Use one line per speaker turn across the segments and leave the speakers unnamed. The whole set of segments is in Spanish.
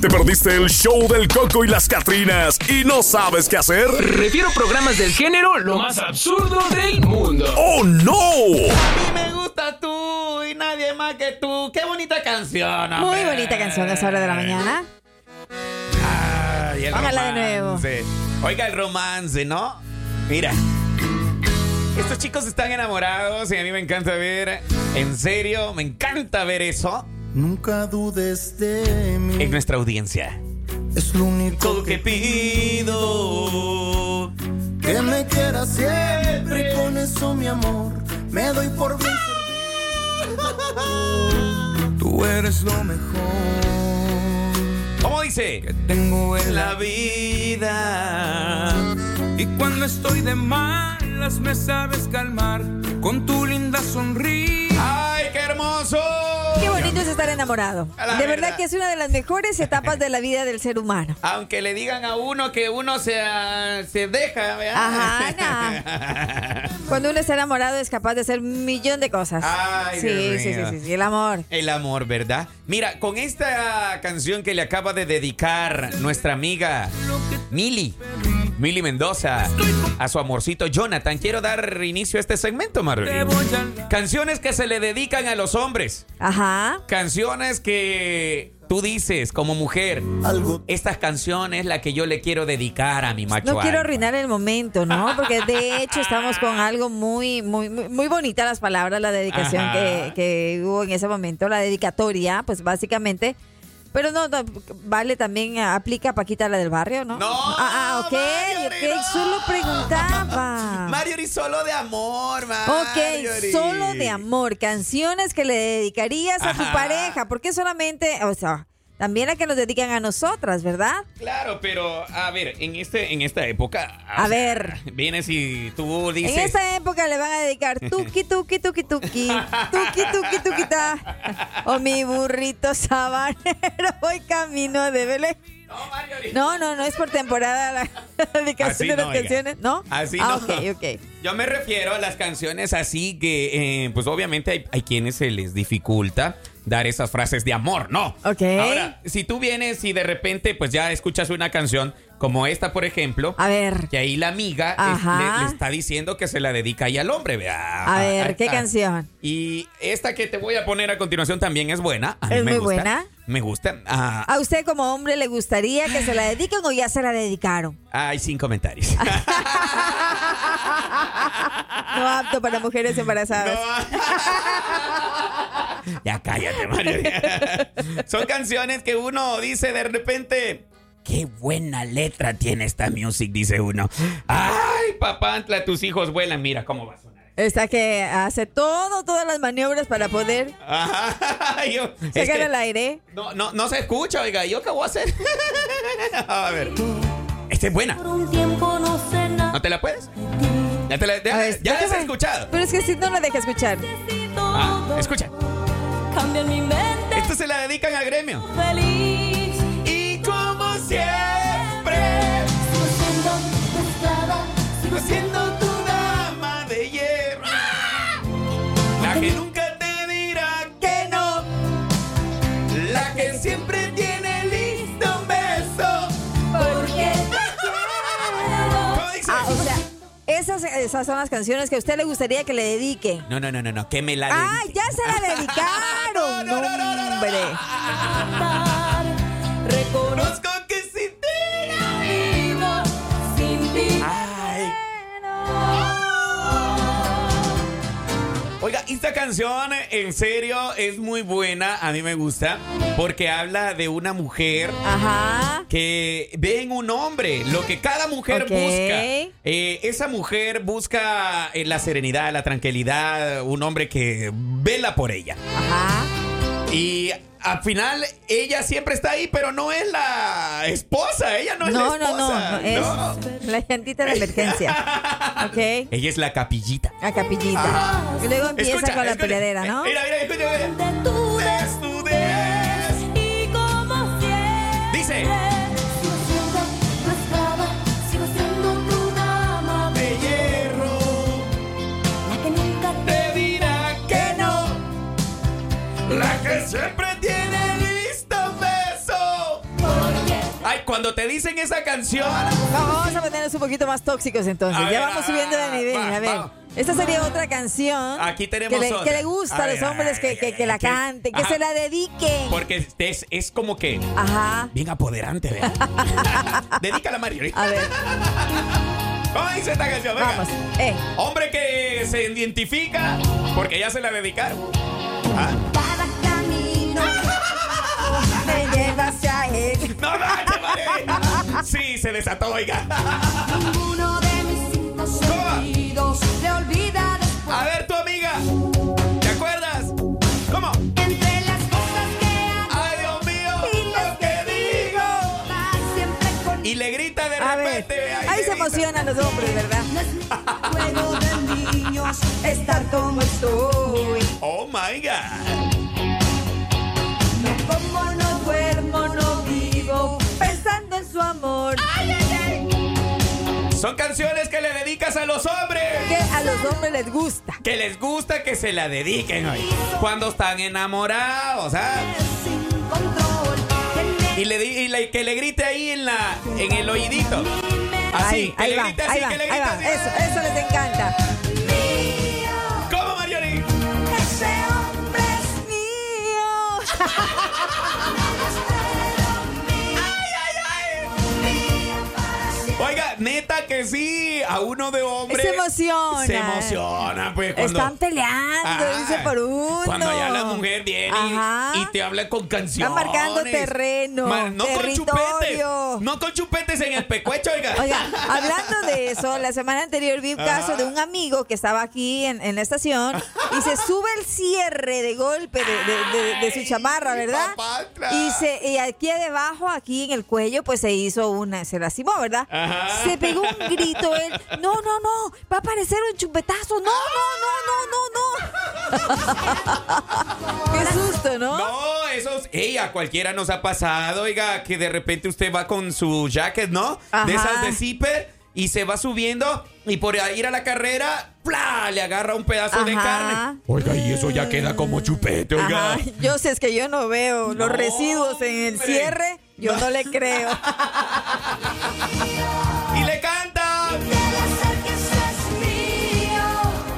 ¿Te perdiste el show del Coco y las Catrinas y no sabes qué hacer?
Refiero programas del género lo más absurdo del mundo.
¡Oh, no!
mí me gusta tú y nadie más que tú. Qué bonita canción.
Muy
hombre.
bonita canción de esa hora de la mañana.
Ay, el
Bájala de
romance. Oiga, el romance, ¿no? Mira. Estos chicos están enamorados y a mí me encanta ver, en serio, me encanta ver eso
Nunca dudes de mí.
en nuestra audiencia.
Es lo
Todo
único
que
que
pido.
que me quieras siempre. Y con eso, mi amor, me doy por bien. servido. Tú eres lo mejor.
¿Cómo dice?
Tengo el
La vida.
Y cuando estoy de malas, me sabes calmar con tu linda sonrisa.
¡Ay, qué hermoso!
Qué bonito es estar enamorado.
A la
De
verdad.
verdad que es una de las mejores etapas de la vida del ser humano.
Aunque le digan a uno que uno se, ah, se deja, ¿verdad?
Ajá, Cuando uno está enamorado es capaz de hacer un millón de cosas.
Ay,
sí,
Dios
sí,
mío.
sí, sí, sí, el amor.
El amor, ¿verdad? Mira, con esta canción que le acaba de dedicar nuestra amiga Mili, Mili Mendoza, a su amorcito Jonathan, quiero dar inicio a este segmento, Marvel. Canciones que se le dedican a los hombres.
Ajá.
Canciones que tú dices como mujer.
Algo
Esta canción es la que yo le quiero dedicar a mi macho.
No quiero
alfa".
arruinar el momento, ¿no? Porque de hecho estamos con algo muy, muy, muy, muy bonita las palabras, la dedicación
Ajá.
que, que hubo en ese momento, la dedicatoria, pues básicamente. Pero no, no, vale también, aplica a Paquita la del barrio, ¿no?
No,
Ah, ah, ok,
Marjorie,
ok,
no.
solo preguntaba.
Marjorie, solo de amor, Marjorie.
Ok, solo de amor, canciones que le dedicarías a
Ajá.
tu pareja, porque solamente, o sea, también a que nos dedican a nosotras, ¿verdad?
Claro, pero a ver, en este, en esta época.
A ver.
Vienes y tú dices.
En esa época le van a dedicar tuki tuki tuki tuki, tuki tuki tuki ta. O mi burrito sabanero, voy camino de Belén.
No, Marjorie.
No, no, no es por temporada la dedicación
Así
de las
no, oiga.
canciones, ¿no?
Así
ah,
no.
ok, ok.
Yo me refiero a las canciones así que, eh, pues obviamente hay, hay quienes se les dificulta dar esas frases de amor, ¿no?
Ok.
Ahora, si tú vienes y de repente, pues ya escuchas una canción como esta, por ejemplo.
A ver,
Que ahí la amiga es-
Ajá.
le, le está diciendo que se la dedica ahí al hombre, vea.
a ver, ¿qué
Ah,
canción?
Y esta que te voy a poner a continuación también es buena. A mí
Es
me
muy
gusta.
buena.
Me gusta. Ah,
¿A usted como hombre le gustaría que se la dediquen o ya se la dedicaron?
Ay, sin comentarios.
No apto para mujeres embarazadas.
ya cállate, Mario. Son canciones que uno dice de repente. Qué buena letra tiene esta music, dice uno. Ay, papá, Antla, tus hijos vuelan. Mira cómo va a sonar.
Esta que hace todo, todas las maniobras para poder
Ay, yo- es
sacar
que-
al aire.
No, no, no se escucha, oiga. ¿Yo qué voy a hacer? a ver. Esta es buena. ¿No te la puedes? Ya te la, ya-
A ver,
ya la has
déjame-
escuchado.
Pero es que si no la deja escuchar.
Ah, escucha. Esto se la dedican a gremio. Y como siempre, sigo siendo tu dama de hierro.
¡Ah!
La que nunca te dirá que no. La que siempre tiene listo un beso. ¿Cómo dice?
Ah, o sea, esas, esas son las canciones que a usted le gustaría que le dedique.
No, no, no, no, no, que me la
¡Ah,
dedique.
ya se la dedicaron!
No, no, no, no, no, no.
hombre!
Conozco que sin ti no Ah. Ay. Oiga, esta canción en serio es muy buena, a mí me gusta, porque habla de una mujer
Ajá.
que ve en un hombre lo que cada mujer
Ok.
busca. Eh, esa mujer busca eh, la serenidad, la tranquilidad, un hombre que vela por ella.
Ajá.
Y al final ella siempre está ahí, pero no es la esposa, ella no es
No, no,
la
no,
esposa.
no, Es la llantita de emergencia. Ok.
Ella es la capillita.
La capillita.
Ajá.
Y luego empieza
Ah. Escucha,
con la
escucha.
peleadera, ¿no?
Mira, mira, escucha. mira. Estudes. Dice, de hierro te dirá que no. La que siempre tiene listo un beso. Mira, cuando te dicen esa canción.
Vamos a ponernos un poquito más tóxicos entonces.
A
ya
ver,
vamos
ah,
subiendo la nivel.
va,
a ver.
va.
Esta sería otra canción.
Aquí tenemos
que le,
otra.
que le gusta
A
a, los
ver,
hombres
ay,
que,
ay,
que-
ay,
que la
ay,
canten, que
ajá.
se la dediquen.
Porque es, es como que
Ajá.
bien apoderante, ¿verdad? Dedícala a Mario.
A ver,
¿Cómo dice esta canción? Venga.
vamos. Eh.
Hombre que se identifica porque ya se la dedicaron. Ah.
Cada camino me lleva hacia él.
No, no, María. Sí, se desató, oiga.
Ninguno de mis cinco
¿Cómo?
sentidos se olvida después.
A ver, tu amiga. ¿Te acuerdas? ¿Cómo?
Entre las cosas que hago,
Ay, Dios mío, lo que digo.
vas siempre conmigo.
Y le grita de
A ver.
repente. ay, le
Ahí se
grita.
emocionan los hombres, ¿verdad?
No es mi juego de niños estar como estoy.
Oh my God.
No como, no duermo, no vivo.
Pensando en su amor.
Son canciones que le dedicas a los
Que
hombres.
a los hombres les gusta.
Que les gusta que se la dediquen hoy. Cuando están enamorados, ¿ah?
Sin control. Que
Y, le, di- y le- que le grite ahí en la en el oídito. Así,
Ahí,
que
ahí
le
va,
grite así,
ahí va,
que le
ahí
grite
va.
así.
Eso, eso les encanta.
¿Cómo, Marioni?
ne- ese hombre es
Mío.
Oiga, neta que sí, a uno de hombre.
Se emociona.
Se emociona, pues. Cuando,
Están peleando,
Ajá.
dice por uno.
Ah. Cuando ya la mujer viene y-
Ajá.
y, te habla con canciones.
marcando terreno,
no con chupetes.
territorio.
No con chupetes en el pecuecho, oiga.
Oiga, hablando de eso, la semana anterior vi un caso de un amigo que estaba aquí en, en la estación y se sube el cierre de golpe de, de- de- de su chamarra, ¿verdad?
papatra.
Y se y aquí debajo, aquí en el cuello, pues se hizo una, se lastimó, ¿verdad?
Ajá.
Se pegó un grito él, no, no, no, va a aparecer un chupetazo, no, no, no, no, no, no. Qué susto, ¿no?
No, esos, ey, a cualquiera nos ha pasado, oiga, que de repente usted va con su jacket, ¿no?
Ajá.
De esas de zipper y se va subiendo y por ir a la carrera, ¡pla! Le agarra un pedazo de
Ajá.
carne. Oiga, y eso ya queda como chupete, oiga.
Ajá, yo sé, es que yo no veo los
No,
residuos en el
hombre.
cierre, yo no le creo.
Y le canta.
mío.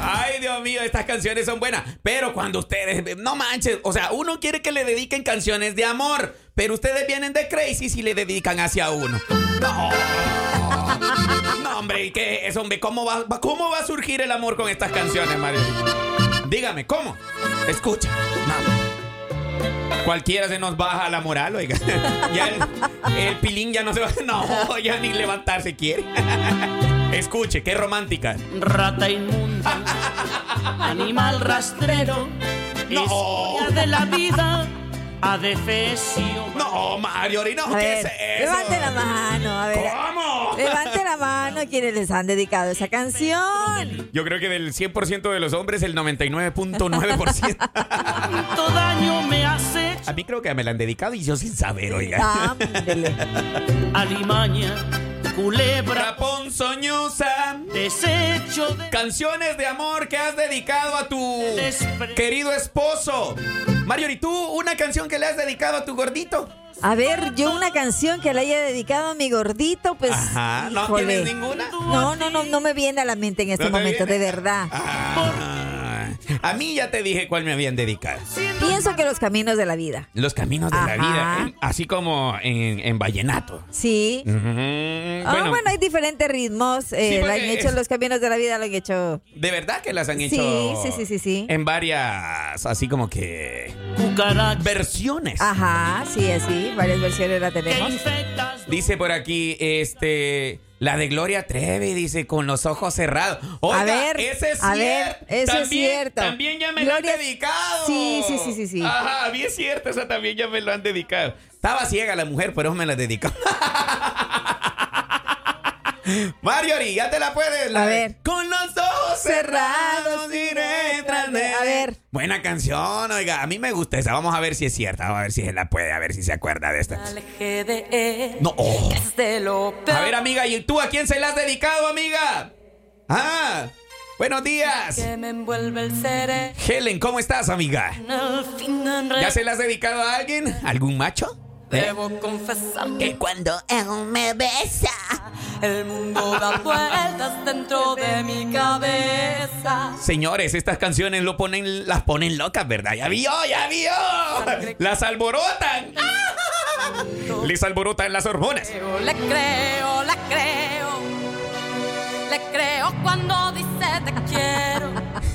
Ay, Dios mío, estas canciones son buenas. Pero cuando ustedes, no manches, o sea, uno quiere que le dediquen canciones de amor, pero ustedes vienen de crazy si le dedican hacia uno. No. No, hombre, ¿y qué es, eso, hombre? ¿Cómo va, va- ¿Cómo va a surgir el amor con estas canciones, Mario? Dígame, ¿cómo? Escucha, mamá. Cualquiera se nos baja la moral, oiga. Ya el, el pilín ya no se va. No, ya ni levantarse quiere. Escuche, qué romántica.
Rata inmunda, animal rastrero,
No.
historia de la vida, adefesio.
No, Mario, no,
A
¿qué es
ver,
eso?
levante la mano, a ver.
¿Cómo?
Levante la mano a quienes les han dedicado esa canción.
Yo creo que del 100% de los hombres, el 99.9%.
Cuánto daño me has hecho,
A mí creo que me la han dedicado y yo sin saber, oiga.
Ah, Ándele.
alimaña, culebra,
Rapón soñosa,
desecho de
canciones de amor que has dedicado a tu
Despre-
querido esposo. Mario, ¿y tú una canción que le has dedicado a tu gordito?
A ver, yo una canción que le haya dedicado a mi gordito, pues.
Ajá, ¿no
híjole.
tienes ninguna?
No, no, no, no me viene a la mente en este
¿No te
momento,
viene?
de verdad.
Ah, a mí ya te dije cuál me habían dedicado.
Pienso que los caminos de la vida.
Los caminos de la
Ajá.
vida, en- así como en, en vallenato.
Sí.
Ujú,
Ah, bueno, hay diferentes ritmos. eh,
porque
lo han hecho
es-
los caminos de la vida, lo han hecho.
De verdad que las han
Sí,
hecho.
sí, sí, sí, sí.
En varias, así como que.
cucaracha
Versiones.
Ajá, sí, así. Varias versiones la
que
tenemos.
infectas.
Dice por aquí, este. La de Gloria Trevi, dice, con los ojos cerrados. Oiga,
a ver,
ese es
a
cierto.
ver, eso es
También-
cierto.
También ya me lo
Gloria-
han dedicado.
Sí, sí, sí, sí, sí.
Ajá, bien cierto, esa también ya me lo han dedicado. Estaba ciega la mujer, pero me la dedicó. Mariori, ya te la puedes. la
A
de,
ver.
Con los ojos cerrados iré tras de-
A ver.
Buena canción, oiga, a mí me gusta esa. Vamos a ver si es cierta, vamos a ver si se la puede, a ver si se acuerda de esta. No, oh. A ver, amiga, ¿y tú a quién se la has dedicado, amiga? Ah, buenos días.
me envuelve el cerebro.
Helen, ¿cómo estás, amiga?
Fin de
¿Ya se la has dedicado a alguien? ¿Algún macho? ¿Eh?
Debo confesar
que cuando él me besa,
el mundo da vueltas dentro de mi cabeza.
Señores, estas canciones lo ponen, las ponen locas, ¿verdad? ¡Ya vio, ya vio! ¡Las alborotan! Les alborotan las hormonas.
Yo le creo, le creo, le creo cuando dice te quiero.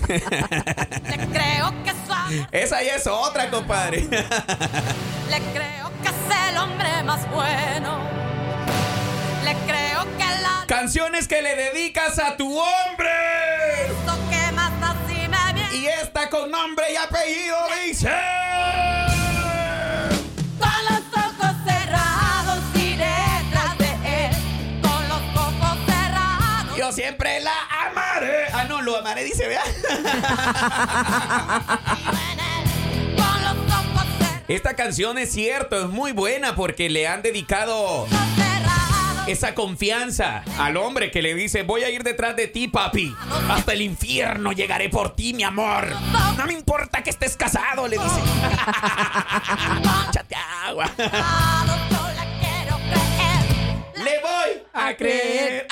Le creo que soy,
Esa y es otra, compadre.
le creo que es el hombre más bueno. Le creo que la
Canciones que le dedicas a tu hombre.
lo que más así me viene.
Y esta con nombre y apellido dice.
Con los ojos cerrados y detrás de él. Con los ojos cerrados.
Yo siempre la amaré. Ah, no, lo amaré, dice, vea.
Con los ojos
Esta canción es cierto, es muy buena porque le han dedicado
cerrados.
esa confianza al hombre que le dice, voy a ir detrás de ti, papi. Hasta el infierno llegaré por ti, mi amor. No me importa que estés casado, le dice. Échate agua.
Yo le quiero creer.
Le voy a creer.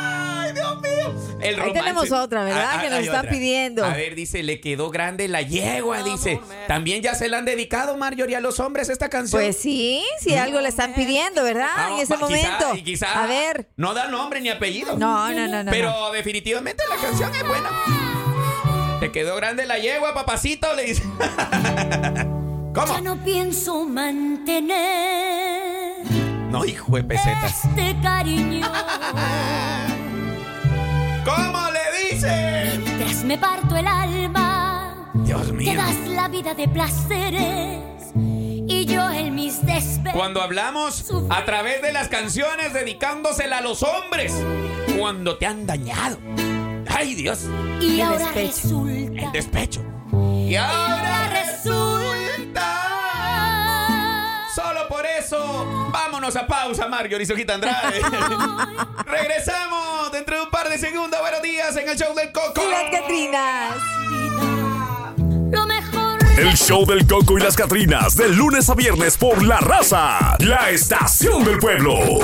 ¡Ay, Dios mío! El
Ahí
romance. Ah,
tenemos otra, ¿verdad? Que nos
hay
están pidiendo.
A ver, dice, le quedó grande la yegua, dice. También ya se la han dedicado, Marjorie, a los hombres esta canción. Ah,
Pues sí, si algo le están pidiendo, ¿verdad? en ese momento.
Y quizás
A ver.
No da nombre ni apellido.
No, no, no, no.
Pero
no.
definitivamente la canción es buena. Te quedó grande la yegua, papacito, le dice.
Ya
¿Cómo?
no pienso mantener
No, hijo de pesetas.
este cariño.
¿Cómo le dice?
Tras me parto el alma,
Dios
te
mío.
das la vida de placeres y yo en mis desvelos.
Cuando hablamos a través de las canciones dedicándosela a los hombres. Cuando te han dañado. Ay, Dios.
y
El
ahora
despecho.
resulta.
El despecho. Y ahora resulta. Solo por eso, vámonos a pausa, Marjorie Sojita Andrade. Regresamos dentro de un par de segundos. Buenos días en el show del Coco.
Sí, las Catrinas.
Lo mejor
El show del Coco y las Catrinas, de lunes a viernes por La Raza, la estación del pueblo.